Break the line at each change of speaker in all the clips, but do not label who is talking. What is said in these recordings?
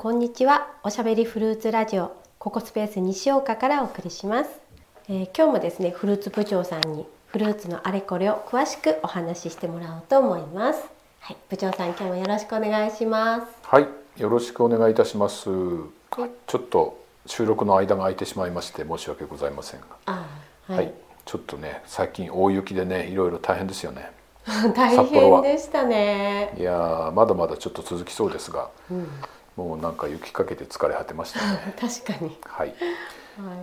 こんにちはおしゃべりフルーツラジオここスペース西岡からお送りします、えー今日もですねフルーツ部長さんにフルーツのあれこれを詳しくお話ししてもらおうと思いますはい、部長さん今日もよろしくお願いします
はい、よろしくお願いいたします。ちょっと収録の間が空いてしまいまして申し訳ございませんが、
あー
は
はい、
ちょっとね最近大雪でねいろいろ大変ですよね。
大
札幌
変
は
でしたね
いやーまだまだちょっと続きそうですが、
うん、
もうなんか雪かけて疲れ果てまし たね。
確かに、
はい。
はい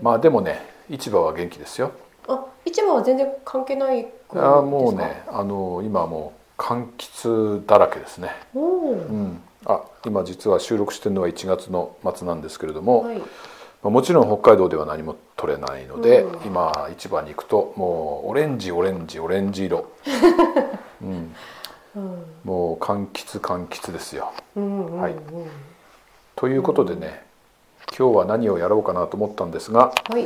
まあでもね市場は元気ですよ。
あ、市場は全然関係ない
あ
こと
ーもうねあの今もう柑橘だらけですね。
おおー、
うん。あ今実は収録してるのは1月の末なんですけれども。
はい、
まあもちろん北海道では何も取れないので、
うん
今市場に行くともうオレンジオレンジオレンジ色、うん、
うん
もう柑橘柑橘ですよ。
うんうんうん、
はいということでね今日は何をやろうかなと思ったんですが
はい、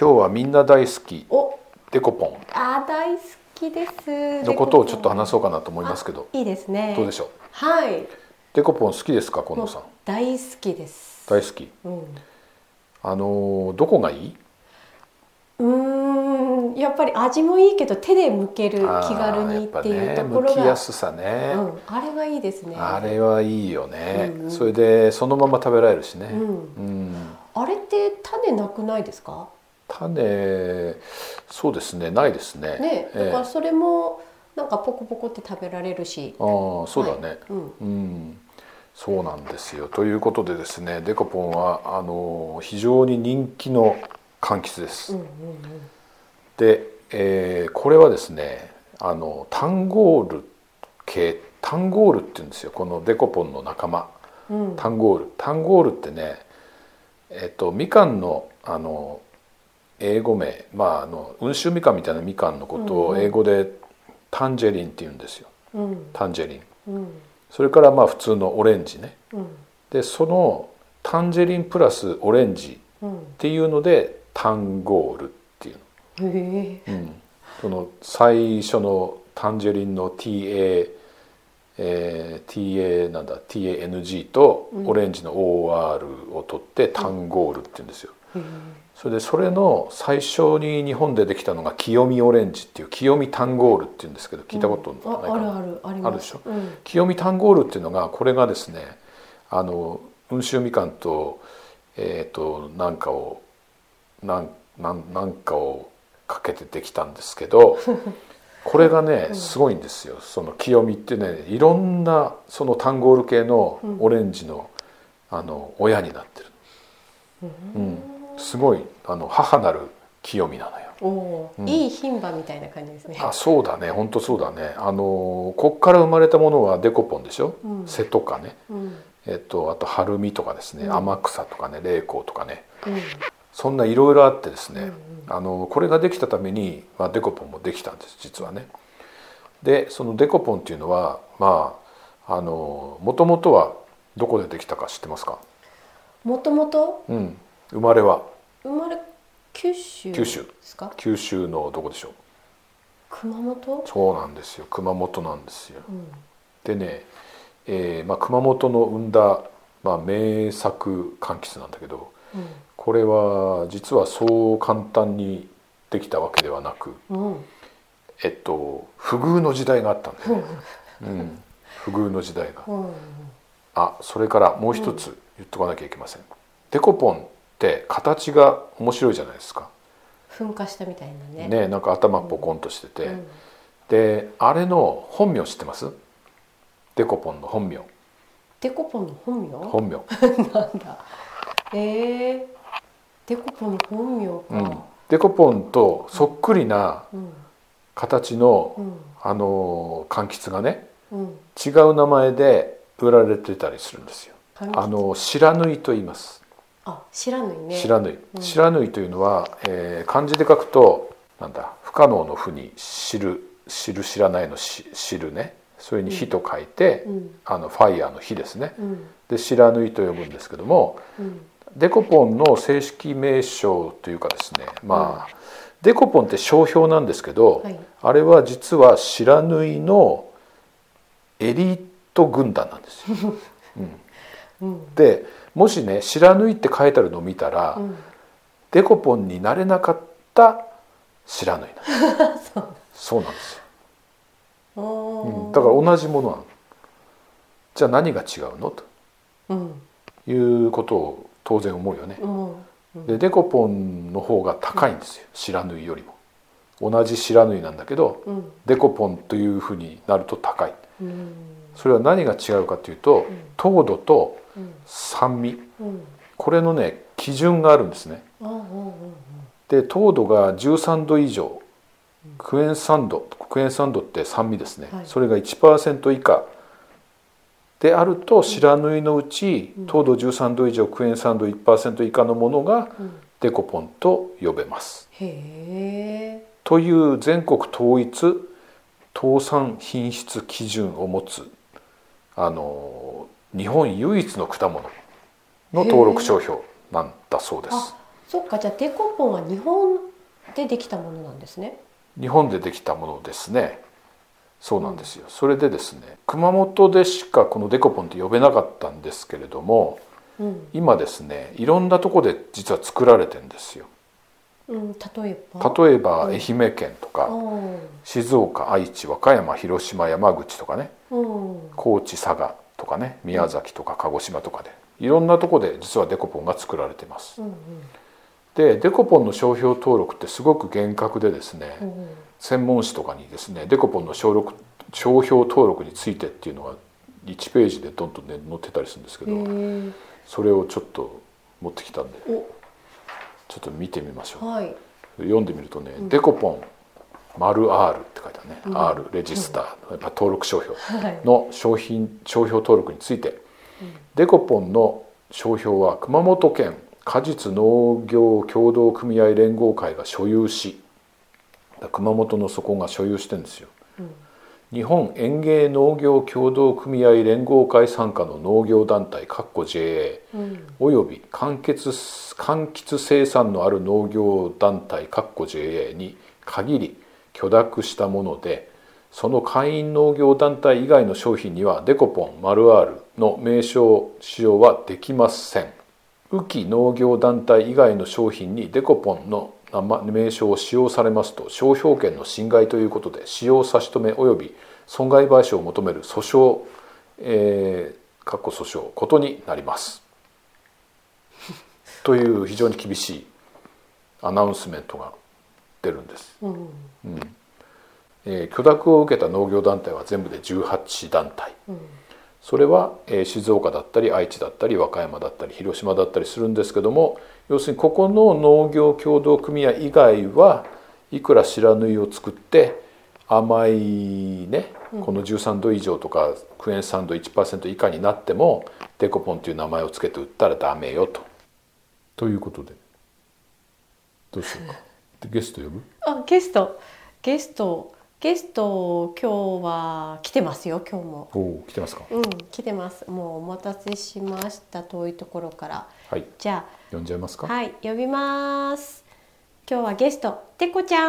今日はみんな大好き
お、
デコポ
あー大好きです
ンのことをちょっと話そううかなと思いますけど
いいですね
どうでしょう
はい
デコポン好きですか近藤さん
もう大好きです
大好き
うん
あのーどこがいいう
ーんやっぱり味もいいけど手で剥ける気
あ
軽
ーや
に
っ
っ
ぱ
ていう
ね
ところ
剥き
が
やすさね、
うん、あれがいいですね
あれはいいよね、
うんうん
それでそのまま食べられるしね、
うん
うん
あれって種なくないですか
種そうですねないですね
ね
ええ
だからそれもなんかポコポコって食べられるし
ああそうだね、
はいうん
うんそうなんですよということでですねデコポンはあの非常に人気の柑橘です、
うんうん
で、えーこれはですねあのタンゴール系タンゴールって言うんですよこのデコポンの仲間
うんうん
タンゴールタンゴールってねえっとみかんのあの英語名まああの温州みかんみたいなみかんのこと
うん
を
うん
英語でタンジェリンって言うんですよ
うん
タンジェリン
うん
それからまあ普通のオレンジね
うん
でそのタンジェリンプラスオレンジ
うん
っていうのでタンゴールっていう
へえ
の、うん、その最初のタンジェリンの TA えー TA なんだ TANG と
うん
オレンジの OR を取ってタンゴールって言うんですよ。
へえ
それでそれの最初に日本でできたのが清見オレンジっていう清見タンゴールっていうんですけど聞いたこと
あ
ないか
あ
な、
るあるあります
あるでしょ
うん
清見タンゴールっていうのがこれがですねあの温州みかんとえっ、となんかをなんなんなんかをかけてできたんですけ どこれがねすごいんですよその清見ってねいろんなそのタンゴール系のオレンジの,、あの親になってる、うん、すごいあの母なる清見なのよ。
おおー、
うん
いい牝馬みたいな感じですね。
あそうだね本当そうだねあのこっから生まれたものはデコポンでしょ、
うん
瀬とかね、
うん、うん、
えっと、あと晴海とかですね、
うん
天草とかね霊光とかねそんないろいろあってですね、
うんうん
あのこれができたために、まあ、デコポンもできたんです実はね。でそのデコポンっていうのはまああのもともとはどこでできたか知ってますか、
もともと
うん、生まれは
生まれ九州
九州
ですか？
九州のどこでしょう
熊本？
そうなんですよ熊本なんですよ。
うん、
でね、えーまあ、熊本の生んだ、まあ、名作柑橘なんだけどこれは実はそう簡単にできたわけではなく、
うん、うん、
えっと、不遇の時代があったんだよね、うん、不遇の時代が
うん、
あそれからもう一つ言っとかなきゃいけません、デコポンって形が面白いじゃないですか
噴火したみたいなね。
ねなんか頭ポコンとしてて、
うん、
であれの本名知ってますデコポンの本名
デコポンの本名？
本名
なんだ。ええデコポンの本
う
名
ん
か。、
デコポンとそっくりな
うん、
形の、
うん、
あのー柑橘がね
うん、
違う名前で売られてたりするんですよ。
柑橘
あの白縫いと言います。
あ、知らぬいね。
白縫い、
うん
白縫いというのは、えー漢字で書くとなんだ不可能の不に知る知る知らないのし知るねそれに火と書いて、
うん、
あのファイヤーの火ですね。
うん、
で白縫いと呼ぶんですけども、
うん、
デコポンの正式名称というかですねまあ、デコポンって商標なんですけど、
はい
あれは実は白縫いのエリート軍団なんですよ。
うん
でもしね「知らぬい」って書いてあるのを見たら、
うん、
デコポンになれなかった知らぬいなんです
そう
そうなんですよ、うん
おー
だから同じものなのじゃあ何が違うのと
うん
いうことを当然思うよね
うんうん
でデコポンの方が高いんですよ知らぬいよりも同じ知らぬいなんだけど
うん
デコポンというふうになると高い
うん
それは何が違うかというと
うん
糖度と
うん
酸味
うん
これのね基準があるんですね
ああうん
で糖度が13度以上クエン酸度クエン酸度って酸味ですね、
はい
それが1%以下であると白縫いのうち
うん
糖度13度以上クエン酸度1%以下のものが
うんうん
デコポンと呼べます。
へえ
という全国統一糖産品質基準を持つあの日本唯一の果物の登録商標なんだそうです
あ。そっかじゃあデコポンは日本でできたものなんですね
日本でできたものですねそうなんですよ、それでですね熊本でしかこのデコポンって呼べなかったんですけれども
うん、
今ですねいろんなとこで実は作られてんですよ
うん、例えば
例えば
うん
愛媛県と
う
か
ん
静岡愛知和歌山広島山口とかね
うん
高知佐賀とかね宮崎とか鹿児島とかでいろんなとこで実はデコポンが作られてます
うんうん
でデコポンの商標登録ってすごく厳格でですね、
うん
専門誌とかにですねデコポンの商録商標登録についてっていうのが1ページでどんどんね載ってたりするんですけど、
へえ
それをちょっと持ってきたんで
お
ちょっと見てみましょう
はい
読んでみるとね「
ん
デコポン丸 R」って書いてあるね「
うん
R レジスター」やっぱ登録商標
はい
の商品商標登録について、デコポンの商標は熊本県果実農業協同組合連合会が所有しだから熊本のそこが所有してるんですよ。
うん
日本園芸農業協同組合連合会傘下の農業団体かっこ JA
うん
および柑橘柑橘生産のある農業団体かっこ JA に限り許諾したものでその会員農業団体以外の商品にはデコポン丸 R の名称使用はできません雨季農業団体以外の商品にデコポンの名前名称を使用されますと商標権の侵害ということで使用差し止め及び損害賠償を求める訴訟、えー、かっこ訴訟ことになります。という非常に厳しいアナウンスメントが出るんです。
うん
えー許諾を受けた農業団体は全部で18団体
うん
それは、えー静岡だったり愛知だったり和歌山だったり広島だったりするんですけども要するにここの農業協同組合以外はいくら白縫いを作って甘いねこの13度以上とかクエン酸度1%以下になってもデコポンという名前をつけて売ったらダメよと。ということでどうしようか。でゲスト呼ぶ
あゲストゲストゲスト今日は来てますよ今日も
おお来てますか。
うん来てますもうお待たせしました遠いところから
はい
じゃあ
呼んじゃいますか。
はい、呼びます。今日はゲスト、てこちゃ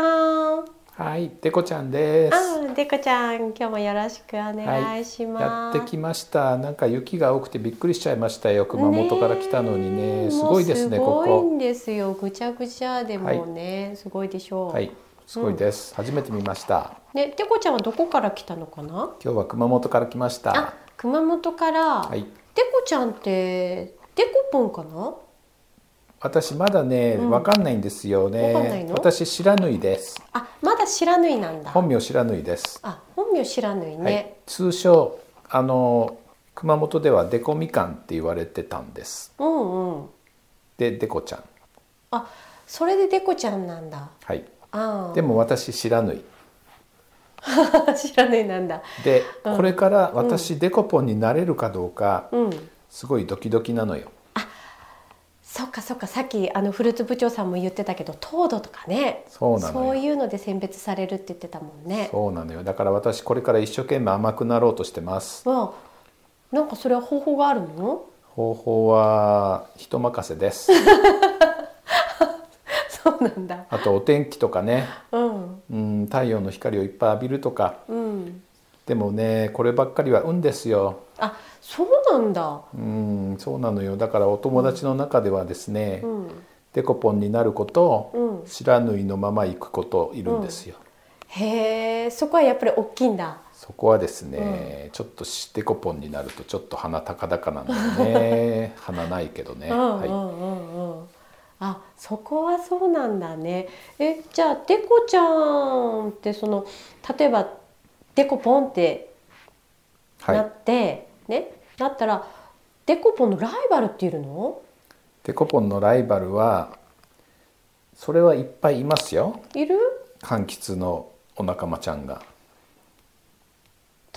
ん。
はい、デコちゃんです。
あ、てこちゃん、今日もよろしくお願いし
や
ま
っ
す。
てきました。なんか雪が多くてびっくりしちゃいましたよ。熊本から来たのにね、
え
すごいですね。
もう
こ
すごい
こ。
んですよ、ぐちゃぐちゃでもね、すごいでしょう。
はい、すごいです。初めて見ました。
ね、てこちゃんはどこから来たのかな。
今日は熊本から来ました
あ。、熊本から。
はい。
てこちゃんって、てこぽんかな。
私まだね、
ん
わかんないんですよ
わかんない
ね。
の
私白縫いです。
あ、まだ知らぬいなんだ。
本名白縫いです。
あ、本名知らぬいね。
はい。通称あの熊本ではデコみかんって言われてたんです。
うんうん。
で、デコちゃん。
あ、それでてこちゃんなんだ。
はい。
ああ。
でも私白縫い。
知らないなんだ。
で、
うん
これから私デコポンになれるかどうか、
うん。
すごいドキドキなのよ。
そっかそっか。さっきあのフルーツ部長さんも言ってたけど、糖度とかね。
そうなのよ。
いうので選別されるって言ってたもんね。
そうなのよ。だから私これから一生懸命甘くなろうとしてます。
うん。なんかそれは方法があるの？
方法は人任せです。
そうなんだ。
あとお天気とかね、
うん
うん、太陽の光をいっぱい浴びるとか、
うん
でもねこればっかりは運ですよ
あそうなんだ、
うんそうなのよだからお友達の中ではですね、
うん
デコポンになること、
うん、
知らぬいのまま行くこといるんですよ、
へえそこはやっぱり大きいんだ
そこはですね、ちょっとしデコポンになるとちょっと鼻高々なんだ よね鼻ないけどね、
うんう
はい、
んうんうんあそこはそうなんだねえじゃあデコちゃんってその例えばデコポンって
はい
なって、ねなったらデコポンのライバルっているの
デコポンのライバルはそれはいっぱいいますよ
いる
柑橘のお仲間ちゃんが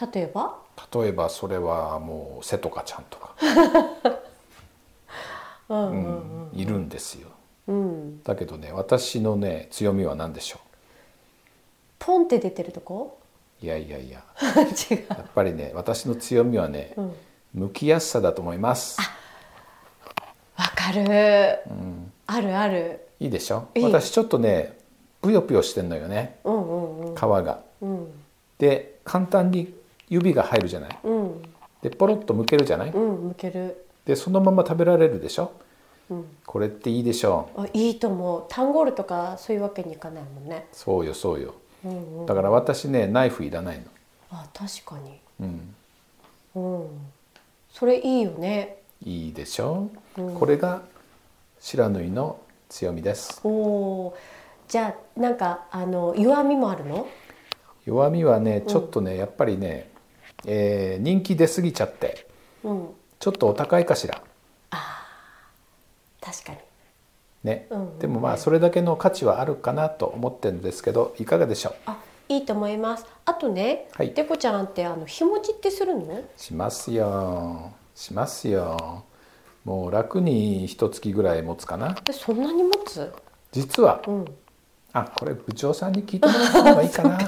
例えば
例えばそれはもう瀬戸かちゃんとか、
うん
う
うん
ん、いるんですよ
うん
だけどね私のね強みは何でしょ
ポンって出てるとこ
ういやいやいや
違う、
やっぱりね私の強みはね
うん、わ
向きやすさだと思います
かる、あるある
いいでしょ
いい
私ちょっとねぷよぷよしてんのよね
うんうん
皮が
うん
で簡単に指が入るじゃない
うんうん
でポロッと剥けるじゃない
うん向ける
でそのまま食べられるでしょ
うん
これっていいでしょ
あいいと思うタンゴールとかそういうわけにいかないもんね
うそうよそうよ
うんうん
だから私ねナイフいらないの
あ確かに
うん
うんそれいいよね
いいでしょう、これが白縫いの強みです
おおじゃあなんかあの弱みもあるの
弱みはねちょっとね、やっぱりね、えー人気出過ぎちゃって
うん
ちょっとお高いかしら
確かに
ね、
うんうん
でもまあそれだけの価値はあるかなと思ってるんですけどいかがでしょう
あいいと思いますあとね、
はい
デコちゃんってあの日持ちってするの
しますよしますよもう楽に一月ぐらい持つかな
えそんなに持つ
実は
うん
あこれ部長さんに聞いてもらった方がいいか な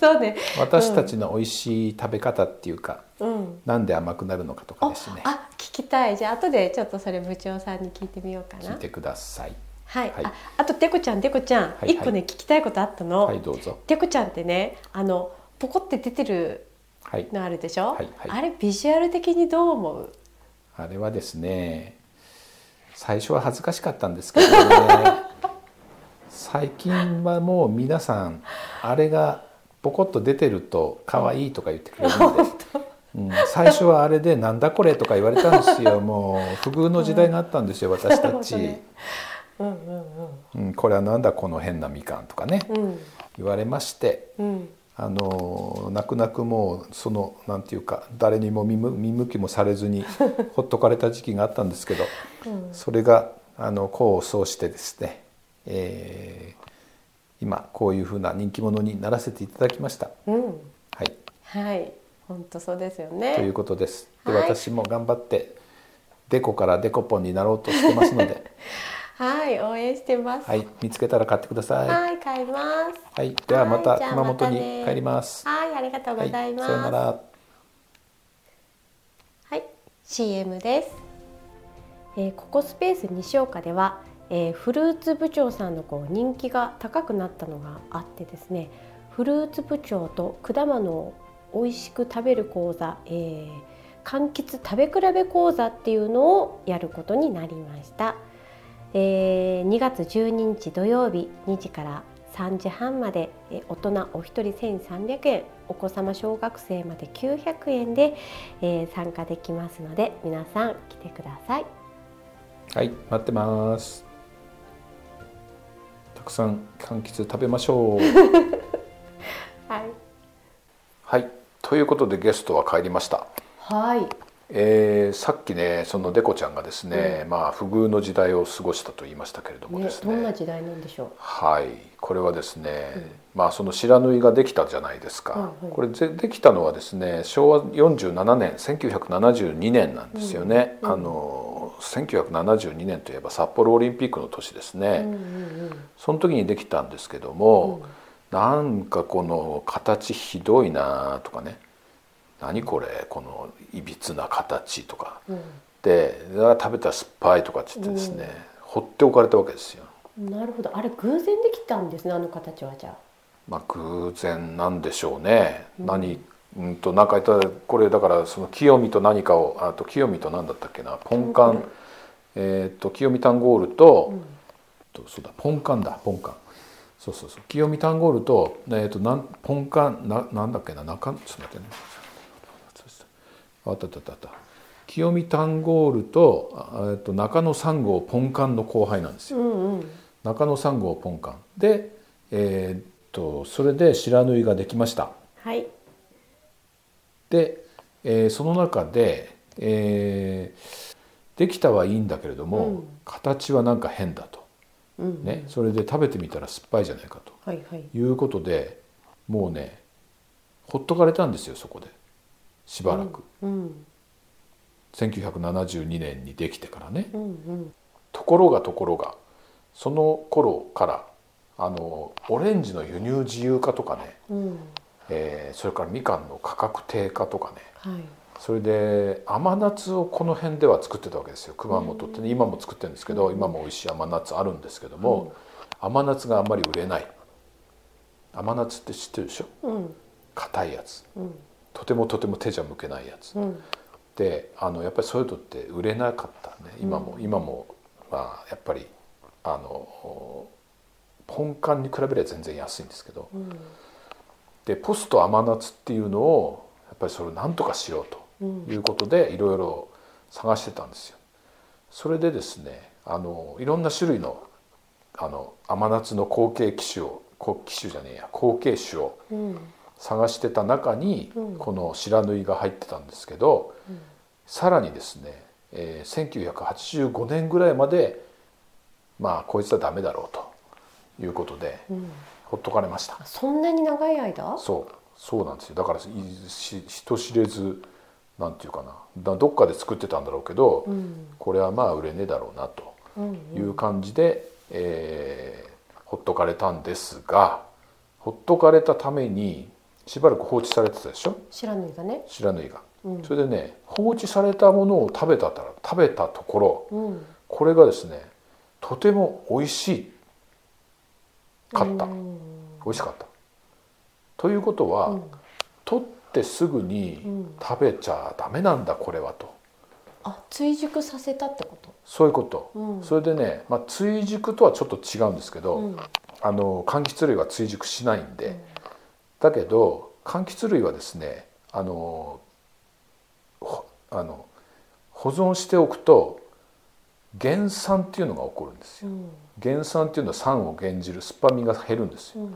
そうね
私たちの美味しい食べ方っていうか、
うん
なんで甘くなるのかとか
あ
ですね
あ聞きたいじゃあ後でちょっとそれ部長さんに聞いてみようか
聞い
な
てください
はい、
はい
ああとデコちゃんデコちゃん、
はい
一個ね聞きたいことあったの、
はいどうぞ
デコちゃんってねあのポコって出てる
はい
のあるでしょ、
はいはい
あれビジュアル的にどう思う
あれはですね最初は恥ずかしかったんですけど ね最近はもう皆さんあれがポコッと出てると可愛いとか言ってく れるんで、うん、最初はあれで「なんだこれ」とか言われたんで すよもう不遇の時代があったんですよ私たち、
なるうんうん
うん、これはなんだこの変なみかんとかね
うん
言われまして
うん
あの泣く泣くもうそのなんていうか誰にも見む見向きもされ ずにほっとかれた時期があったんですけど、それがあの功を奏してですね、えー今こういうふうな人気者にならせていただきました。
うんうん
はい、
はい本当そうですよ
という
ね
ことです。で
はい
私も頑張ってデコからデコポンになろうとしてますの で、
はい応援してます
はい、見つけたら買ってください。は
はい買います
い、ではまた
はいじゃあ
熊本
またね
に帰ります。
はいありがとうございます、
さようなら。
はい、CM です、えーここスペース西岡では、えーフルーツ部長さんのこう人気が高くなったのがあってですねフルーツ部長と果物を美味しく食べる講座、えー柑橘食べ比べ講座っていうのをやることになりました、えー2月12日土曜日2時から3時半まで、えー大人お一人1300円お子様小学生まで900円でえー参加できますので皆さん来てください
はい、待ってます。たくさん柑橘食べましょう。
はい
はい、ということでゲストは帰りました。
はい
えーさっきね、そのデコちゃんがですね、まあ不遇の時代を過ごしたと言いましたけれどもです
どん
ね。
な時代なんでしょ
はい、これはですね、まあその白縫いができたじゃないですか。
はいはい
これぜできたのはですね、昭和47年、1972年なんですよね。あの1972年といえば札幌オリンピックの年ですね。
う、うんうん
その時にできたんですけども、なんかこの形ひどいなとかね何これこのいびつな形とか
うん
であ食べたら酸っぱいとかって言ってですね、放っておかれたわけですよ。
うん、なるほどあれ偶然できたんですねあの形はじゃあ
まあ、偶然なんでしょうね。何うんとなんか言ったらこれだからその清見と何かをあと清見と何だったっけなポンカン、えっと清見タンゴールと、とそうだポンカンだポンカンそうそうそう清見タンゴールと,、えっとなんポンカンななんだっけな中ちょっと待ってねあったあったあったあった清見タンゴールと,あ、えっと中野三号ポンカンの後輩なんですよ。
うんうん
中野三号ポンカンで、えーっとそれで白縫いができました
はい
で、えーその中で、えーできたはいいんだけれども、
うん
形はなんか変だと、
うん
ね、それで食べてみたら酸っぱいじゃないかと
はいはい
いうことでもうねほっとかれたんですよそこでしばらく、
うん
1972年にできてからね
うんうん
ところがところがその頃からあのオレンジの輸入自由化とかね、
うん
えーそれからみかんの価格低下とかね
はい
それで甘夏をこの辺では作ってたわけですよ熊本ってね、今も作ってるんですけど今も美味しい甘夏あるんですけども、甘夏があんまり売れない甘夏って知ってるでしょ
うん
硬いやつ
うん
とてもとても手じゃ剥けないやつ
うん
であのやっぱりそういうのって売れなかったね今も、今もまあやっぱりあのポンカンに比べれば全然安いんですけど、
うん
でポスト甘夏っていうのをやっぱりそれをなんとかしようということでいろいろ探してたんですよ。それでですねあのいろんな種類のあの甘夏の後継機種を後機種じゃねえや後継種を
うん
探してた中に、
うん
この白縫いが入ってたんですけど、さらにですね、えー1985年ぐらいまでまあこいつはダメだろうということで、
うん
ほっとかれました。
あそんなに長い間
そうそうなんですよだからいし人知れずなんていうかなだどっかで作ってたんだろうけど、
うん
これはまあ売れねえだろうなと
うん
いう感じで、えーほっとかれたんですがほっとかれたためにしばらく放置されてたでしょ
白縫いがね
白縫いが、
うん
それでね放置されたものを食べたたら食べたところ
うん
これがですねとても美味しかった、
うん
美味しかった。ということは、
うん
取ってすぐ
う
に
ん
食べちゃダメなんだこれはと
あ追熟させたってこと
そういうこと、
うん
それでね、まあ、追熟とはちょっと違うんですけど、
うん
あの柑橘類は追熟しないんで、だけど柑橘類はですねあのほあの保存しておくと減酸っていうのが起こるんです
う
よ
ん
減酸っていうのは酸を減じる酸っぱみが減るんですよ
うん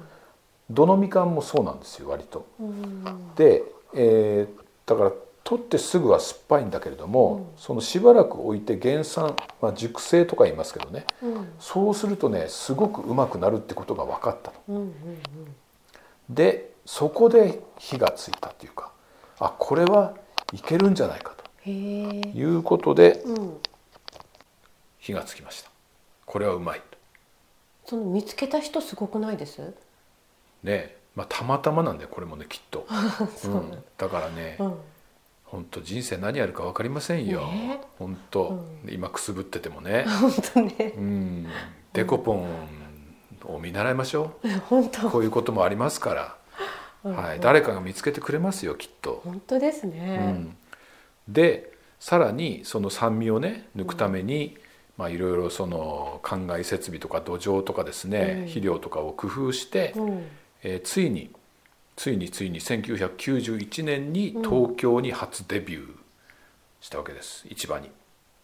どのみかんもそうなんですよ割と。
うん
で、えーだから取ってすぐは酸っぱいんだけれども、そのしばらく置いて減酸、まあ、熟成とか言いますけどね
うん
そうするとねすごくうまくなるってことが分かったの。
うんうん
でそこで火がついたというかあこれはいけるんじゃないか
へ
と
え
いうことで
うん
火がつきました。これはうまいと
その見つけた人すごくないです
ねまあ、たまたまなんだよこれもねきっと、
そう
う
なん
ん、だからね、
うん
本当人生何やるか分かりませんよ、
ね
本当、
う
今くすぶってても ね
本当ね
うんデコポンを見習いましょ
本
うこ
当
ういうこともありますから、
うん
はい、誰かが見つけてくれますよきっと。
本当です
う
ね
ん、でさらにその酸味をね抜くために、まあ、いろいろその灌漑設備とか土壌とかですね、
うん
肥料とかを工夫して、
うん
えーついについについに1991年に東京に初デビューしたわけです市場に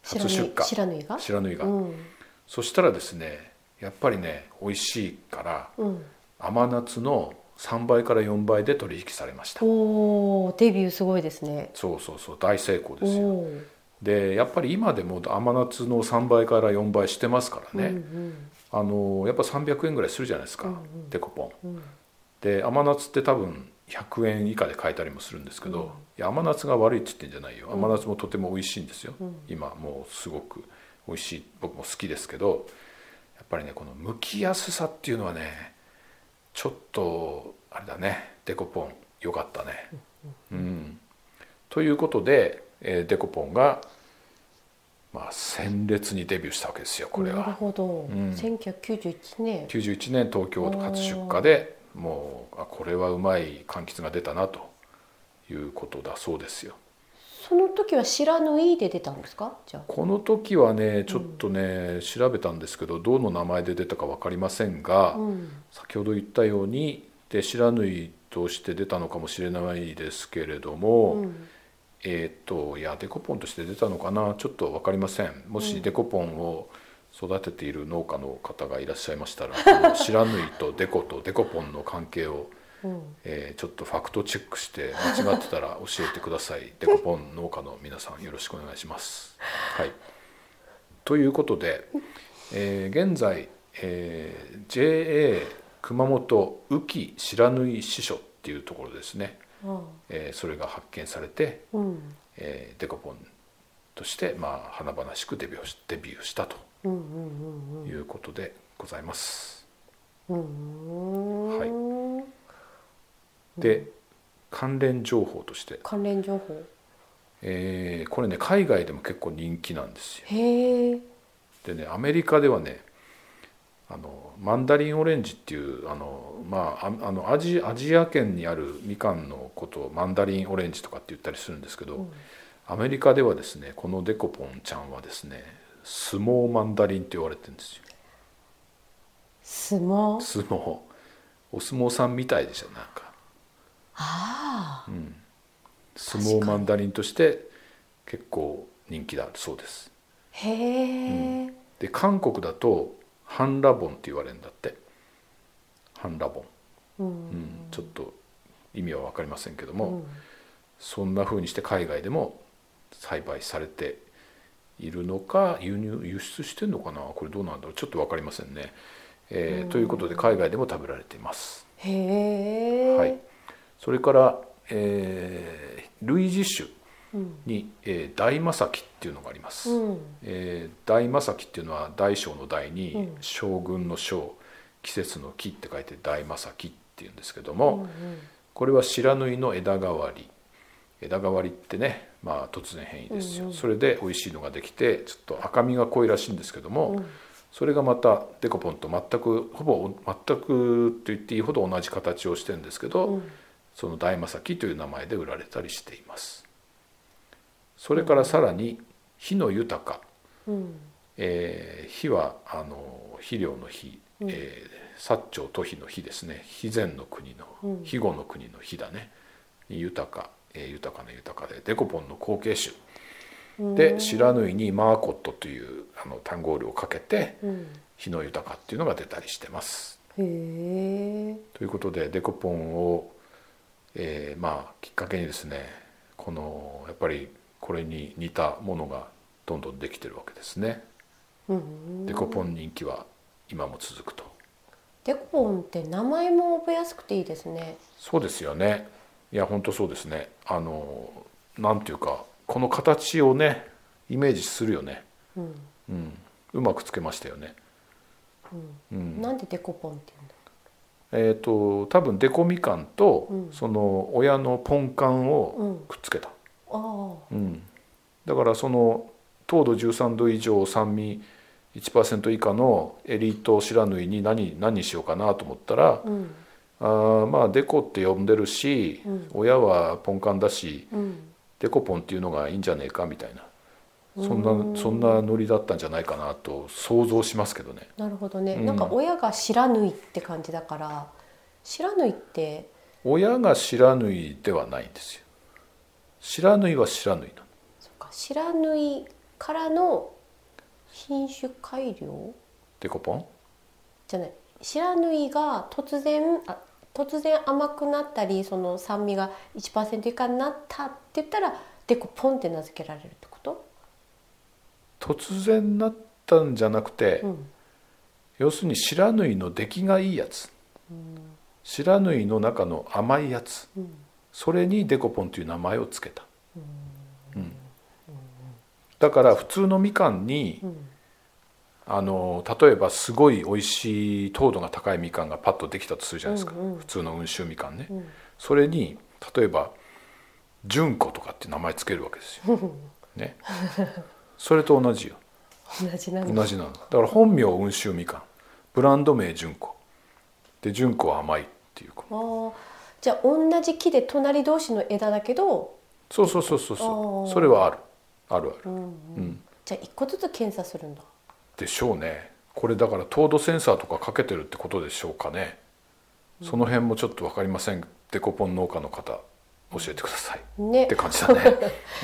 初出荷
白縫いが
白縫いが。
うん
そしたらですねやっぱりね美味しいから
うん
甘夏の3倍から4倍で取引されました
おおデビューすごいですね
そうそうそう大成功
お
ですよ
おー
でやっぱり今でも甘夏の3倍から4倍してますからね、
うん
あのやっぱ300円ぐらいするじゃないですか、
うんうん
デコポ
う
ン
んうん
で甘夏って多分100円以下で買えたりもするんですけど、いや甘夏が悪いって言ってんじゃないよ甘夏もとても美味しいんですよ、今もうすごく美味しい僕も好きですけどやっぱりねこの剥きやすさっていうのはねちょっとあれだねデコポン良かったねうんということで、えーデコポンがまあ鮮烈にデビューしたわけですよこれ
なる
は
ほど
ん
1991年
91年東京初出荷でもうあこれはうまい柑橘が出たなということだそうですよ。
その時は知らぬいで出たんですかじゃあ
この時はねちょっとね、調べたんですけどどの名前で出たか分かりませんが、
うん
先ほど言ったようにで知らぬいとして出たのかもしれないですけれども、
うん
えっ、といやデコポンとして出たのかなちょっと分かりませんもしデコポンを育てている農家の方がいらっしゃいましたら、この知らぬいとデコとデコポンの関係を、
うん
えーちょっとファクトチェックして間違ってたら教えてください デコポン農家の皆さんよろしくお願いします。はい、ということで、えー現在、えー JA 熊本宇城白縫い支所っていうところですね、
あ
えーそれが発見されて、
あうん
えーデコポンとして、まあ、華々しくデビューしデビューしたと
うんうん
いうことでございます。
うんうんうーん
で関連情報として、
関連情報
えーこれね海外でも結構人気なんですよ。
へえ
でねアメリカではねあのマンダリンオレンジっていうあの、まあ、ああのアジアジア圏にあるみかんのことをマンダリンオレンジとかって言ったりするんですけど、アメリカではですねこのデコポンちゃんはですね相撲マンダリンって言われてるんですよ
相撲
相撲お相撲さんみたいでしたなんか
ああ
相撲マンダリンとして結構人気だそうです
へえ、
で韓国だとハンラボンって言われるんだってハンラボン
うん
うん、ちょっと意味は分かりませんけど
う
も、
ん
そんな風にして海外でも栽培されているのか輸入輸出してるのかなこれどうなんだろうちょっと分かりませんね、えーということで海外でも食べられています、
へえ、
はい、それから、えー類似種
うん
に、えー大マサキっていうのがあります、
うん
えー大正木っていうのは大小の大に、
うん
将軍の将季節の木って書いて大正木っていうんですけども、
うん
これは白縫いの枝代わり枝代わりってねまあ突然変異ですよ、それで美味しいのができてちょっと赤みが濃いらしいんですけども、それがまたデコポンと全くほぼ全くと言っていいほど同じ形をしてるんですけど、
うん
その大正木という名前で売られたりしていますそれからさらに火の豊か
うん
えー火はあの肥料の火、えー、薩長都比の火ですね肥前の国の肥後の国の火だね、豊か、えー豊かな豊かでデコポンの後継種
うん
で白縫いにマーコットというあの単語量をかけて
うん
火の豊かっていうのが出たりしてます。
へえ
ということでデコポンを、えーまあきっかけにですねこのやっぱりこれに似たものがどんどんできてるわけですね。
うん
デコポン人気は今も続くと。
デコポンって名前も覚えやすくていいですね
そうですよね。いや本当そうですね。あのなんていうかこの形をねイメージするよね。
うん
うん、うまくつけましたよね。
うんなんでデコポンって言うんだ
えっ、と多分デコみかんと、
うん
その親のポンカン
う
を
ん
くっつけた。
ああ
うん、だからその糖度13度以上酸味1%以下のエリート白縫いに何何にしようかなと思ったら、
うん
あーまあデコって呼んでるし、
うん
親はポンカンだし。
うん
デコポンっていうのがいいんじゃねえかみたいなそんなそんなノリだったんじゃないかなと想像しますけどね
なるほどね、
うん
なんか親が知らぬいって感じだから知らぬいって
親が白縫いではないんですよ白縫いは白縫いなの
そっか知らぬいからの品種改良
デコポン
じゃない知らぬいが突然あ突然甘くなったりその酸味が1%以下になったって言ったらデコポンって名付けられるってこと、
突然なったんじゃなくて、
うん、
要するに白縫いの出来がいいやつ、白縫いの中の甘いやつ、
ん
それにデコポンという名前をつけた、うんだから普通のみかんに、
ん
あの例えばすごい美味しい糖度が高いみかんがパッとできたとするじゃないですか、
うんうん
普通の温州みかんね、
ん
それに例えば「純子」とかって名前つけるわけです よ。ね、それと同じよ。
同じなんだ
同じなのだから本名温州みかんブランド名純子で純子は甘いっていうこ
あ
の
ーじゃあ同じ木で隣同士の枝だけど、
そうそうそうそうそ
あ
う
ー
それはあるあるあ
う
る
ん
うん
じゃあ一個ずつ検査するんだ
でしょうねこれだから糖度センサーとかかけてるってことでしょうかねその辺もちょっと分かりませんデコポン農家の方教えてください
ね
って感じだね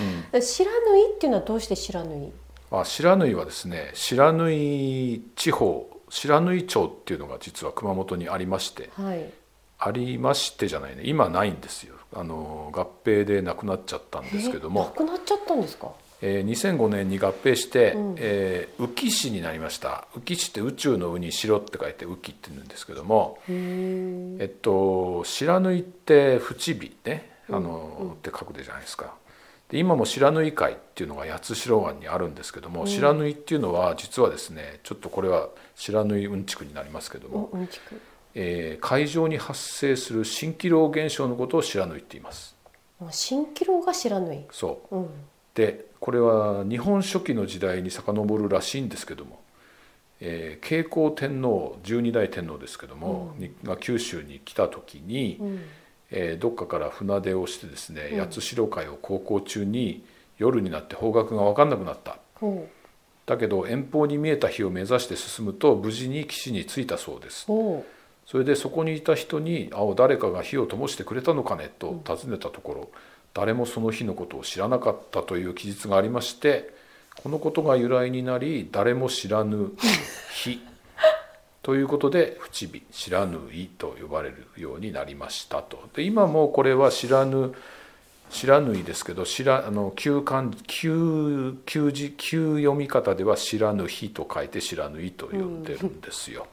知らぬいっていうのはどうして知らぬい
あ白縫いはですね白縫い地方白縫い町っていうのが実は熊本にありまして
はい
ありましてじゃないね今ないんですよあの合併でなくなっちゃったんですけど
えな
も、
くなっちゃったんですか
えー2005年に合併して、
うん
えー宇城市になりました宇城市って宇宙の「宇に城」って書いて宇城って言うんですけども、
へえ
えっと白縫いって淵火ねあの、って書くでじゃないですか。で今も白縫い会っていうのが八代湾にあるんですけども、白縫いっていうのは実はですねちょっとこれは白縫いうんちくになりますけども、
うんちく
えー海上に発生する蜃気楼現象のことを白縫いって言います。
あ蜃気楼が知らぬい
そう
うん
でこれは日本初期の時代に遡るらしいんですけども、えー、慶光天皇十二代天皇ですけども、にが九州に来た時に、
うん
えーどっかから船出をしてですね、
うん
八代海を航行中に夜になって方角が分かんなくなった
ほう
だけど遠方に見えた日を目指して進むと無事に岸に着いたそうです
ほ
それでそこにいた人に「あお誰かが火を灯してくれたのかね」と尋ねたところ、誰もその日のことを知らなかったという記述がありましてこのことが由来になり誰も知らぬ火ということで「不知火」「知らぬい」と呼ばれるようになりましたと。で今もこれは知らぬ知らぬいですけど知らあの旧漢旧旧字旧読み方では「知らぬ日」と書いて「知らぬい」と呼んでるんですよ。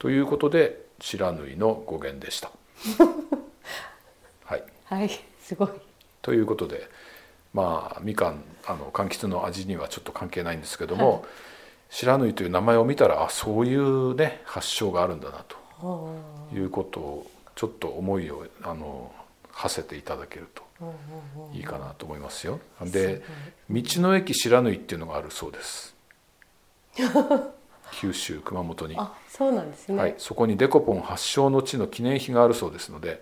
ということで「知らぬい」の語源 でした。はい、
うはいすごい
ということでまあみかんあの柑橘の味にはちょっと関係ないんですけども「知らぬい」という名前を見たらあそういうね発祥があるんだなと
あー
いうことをちょっと思いをあの馳せていただけると
うんうんうん
いいかなと思いますよ。
す
で道の駅白縫いっていうのがあるそ うです。九州熊本に、は
あそうなんですね、
い、そこにデコポン発祥の地の記念碑があるそうです ので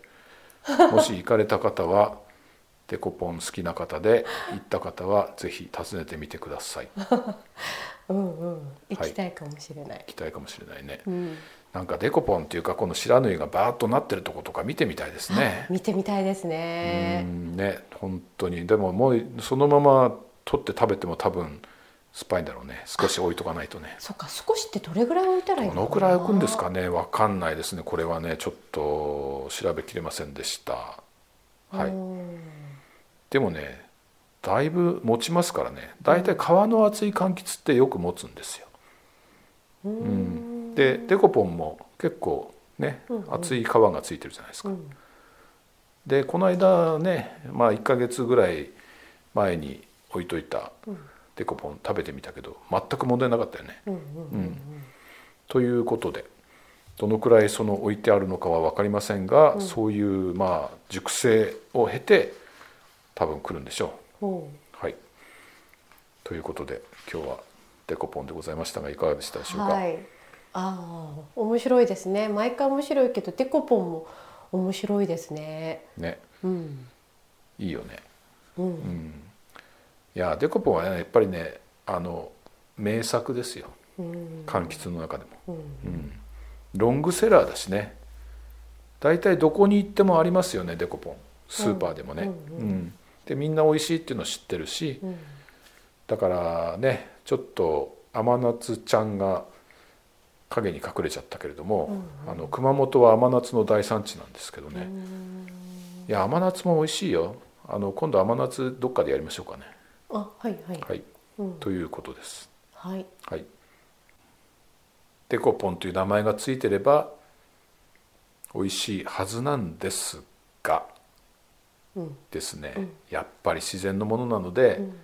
もし行かれた方はデコポン好きな方で行った方はぜひ訪ねてみてください行
うんうん行きたいかもしれない、
きたいかもしれないね
うん
なんかデコポンっていうかこの白縫いがバーッとなってるとことか見てみたいですね
見てみたいですね
うんね本当にでももうそのまま取って食べても多分酸っぱいんだろうね少し置いとかないとね
そっか少しってどれぐらい置いたらいい
ど
のかな
のくらい置くんですかねわかんないですねこれはねちょっと調べきれませんでしたはい
うん
でもねだいぶ持ちますからねだいたい皮の厚い柑橘ってよく持つんですよ
う
うんんでデコポンも結構ね
うんうん
厚い皮がついてるじゃないです
う
か
ん
でこの間ねまあ1ヶ月ぐらい前に置いといた
うん
デコポン食べてみたけど全く問題なかったよね。
うんうん
ということでどのくらいその置いてあるのかは分かりませんが、
うん
そういうまあ熟成を経て多分来るんでしょ
ほ
う。はい、ということで今日はデコポンでございましたがいかがでしたでしょ
う
うか。
はいああ面白いですね毎回面白いけどデコポンも面白いですね
ね
うん
いいよね。
う
うんん、いやデコポンはねやっぱりねあの名作ですよ
うん
柑橘の中でも。
うん
うん、ロングセラーだしね大体どこに行ってもありますよねデコポンスーパーでもね、
うんう
でみんな美味しいっていうのを知ってるし
うん
だからねちょっと甘夏ちゃんが影に隠れちゃったけれども、あの熊本は甘夏の大産地なんですけどね、いや甘夏も美味しいよあの今度甘夏どっかでやりましょうかね
あはいはい
はい
うん
ということです
はい
はい、デコポンという名前がついてれば美味しいはずなんですが
うん
ですね、
うん
やっぱり自然のものなので、
うん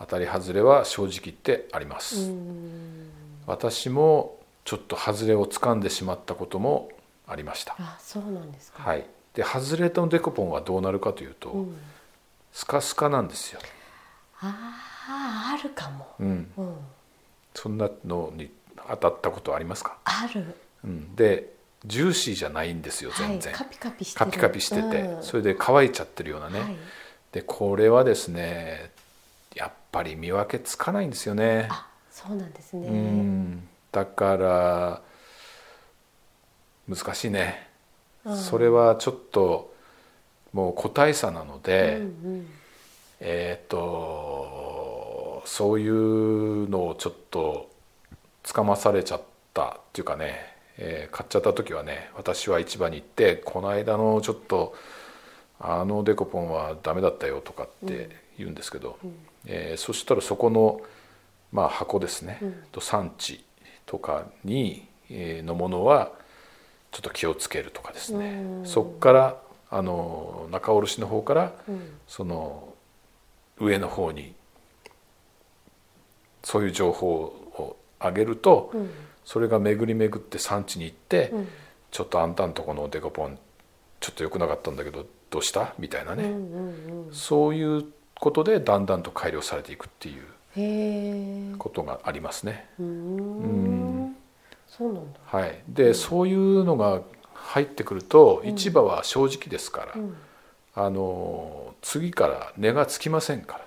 当たり外れは正直言ってありま
う
す、
ん
私もちょっと外れをつかんでしまったこともありました、
あそうなんですか
はいで外れとデコポンはどうなるかというと、
うん
スカスカなんですよ、
あーあるかも
うん、
うん
そんなのに当たったことありますか
ある
うん、でジューシーじゃないんですよ全然、
はい、カピカピして
カ
る
ピカピしてて、
うん
それで乾いちゃってるようなね、
はい、
でこれはですねやっぱり見分けつかないんですよね。
あそうなんですね、
うんだから難しいね、
うん
それはちょっともう個体差なので、
うんうん
えっ、とそういうのをちょっとつかまされちゃったっていうかね、えー買っちゃった時はね私は市場に行ってこの間のちょっとあのデコポンはダメだったよとかって言うんですけど、えーそしたらそこの、まあ、箱ですね、と産地とかに、えーのものはちょっと気をつけるとかですね、
うん
そこからあの仲卸の方から、
うん
その上の方にそういう情報をあげると、
うん
それが巡り巡って産地に行って、
うん
ちょっとあんたんとこのデコポンちょっと良くなかったんだけどどうしたみたいな
うんう
ね、
んうん
そういうことでだんだんと改良されていくっていう
へえ
ことがありますね。
うー
うん
そうなんだ
はい、で、そういうのが入ってくると
うん
市場は正直ですから、
うん
あの次から値がつきませんから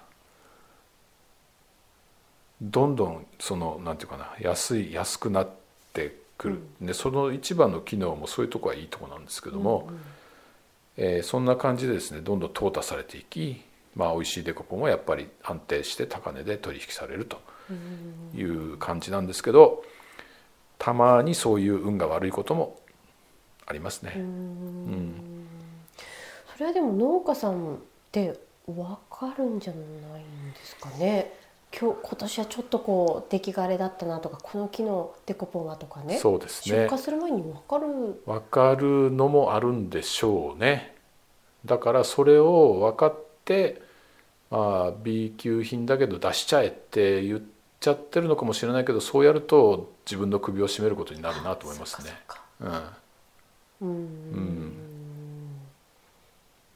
どんどんそのなんていうかな安い安くなってくる、でその一番の機能もそういうとこはいいとこなんですけども、えーそんな感じでですねどんどん淘汰されていき、まあ、美味しいデコポンはやっぱり安定して高値で取引されるという感じなんですけどたまにそういう運が悪いこともありますね。
うーんそれはでも農家さんってわかるんじゃないんですかね今日今年はちょっとこう出来があれだったなとかこの木のデコポンはとかね
そうですね
出荷する前にわかる
分かるのもあるんでしょうねだからそれを分かって、まあ、B 級品だけど出しちゃえって言っちゃってるのかもしれないけどそうやると自分の首を絞めることになるなと思いますね
そっ。か
うん、
そっかうー
ん
ん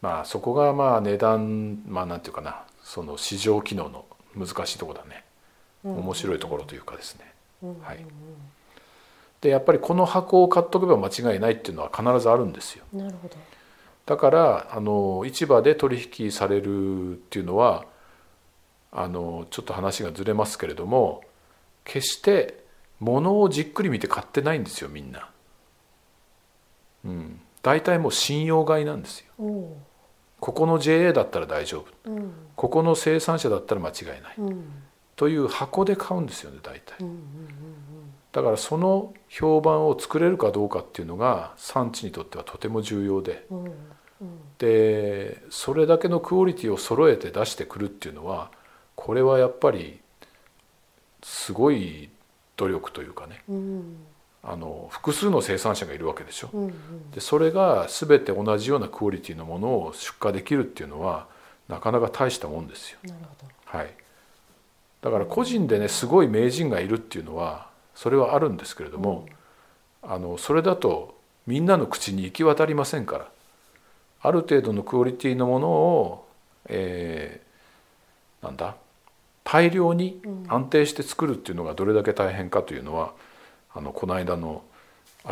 まあそこがまあ値段まあなんていうかなその市場機能の難しいところだね面白いところというかですね。
うん
はいでやっぱりこの箱を買っとけば間違いないっていうのは必ずあるんですよ。
なるほど
だからあの市場で取引されるっていうのはあのちょっと話がずれますけれども決して物をじっくり見て買ってないんですよみんな。うん、大体もう信用買いなんですよ。
おお
ここの JA だったら大丈夫
ううん
ここの生産者だったら間違いない
うん
という箱で買うんですよね大体
うんうんうん
だからその評判を作れるかどうかっていうのが産地にとってはとても重要で
うんうんうん
でそれだけのクオリティを揃えて出してくるっていうのはこれはやっぱりすごい努力というかね
うん
あの複数の生産者がいるわけでしょ
うんうん
でそれが全て同じようなクオリティのものを出荷できるっていうのはなかなか大したもんですよ
なるほど
はいだから個人でねすごい名人がいるっていうのはそれはあるんですけれども、あのそれだとみんなの口に行き渡りませんからある程度のクオリティのものを、えーなんだ大量に安定して作るっていうのがどれだけ大変かというのはあのこの間の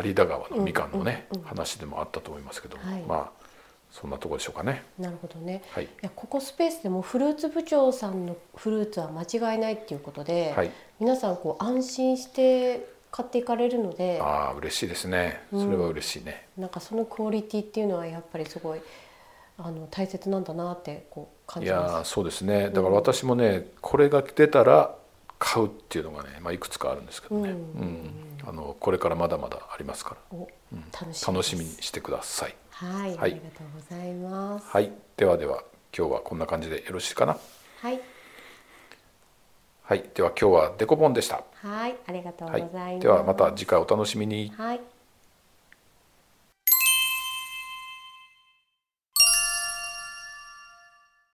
有田川のみかんのね、話でもあったと思いますけども、
はい
まあそんなところでしょうかね。
なるほどね
はい、
いやここスペースでもフルーツ部長さんのフルーツは間違いないっていうことで、
はい、
皆さんこう安心して買っていかれるので
ああ嬉しいですねそれは嬉しいね。
なんかそのクオリティっていうのはやっぱりすごいあの大切なんだなってこう感
い
じ
や
ま
ーそうですねだから私もね、これが出たら買うっていうのがね、まあ、いくつかあるんですけどね、
うん
うんあのこれからまだまだありますから
す。お楽しみです
楽しみにしてください、
はい、
はい
ありがとうございます。
はい、ではでは今日はこんな感じでよろしいかな
はい、
はいでは今日はデコボンでした、
はい、ありがとうご
は
ざいます。
い、ではまた次回お楽しみに
はい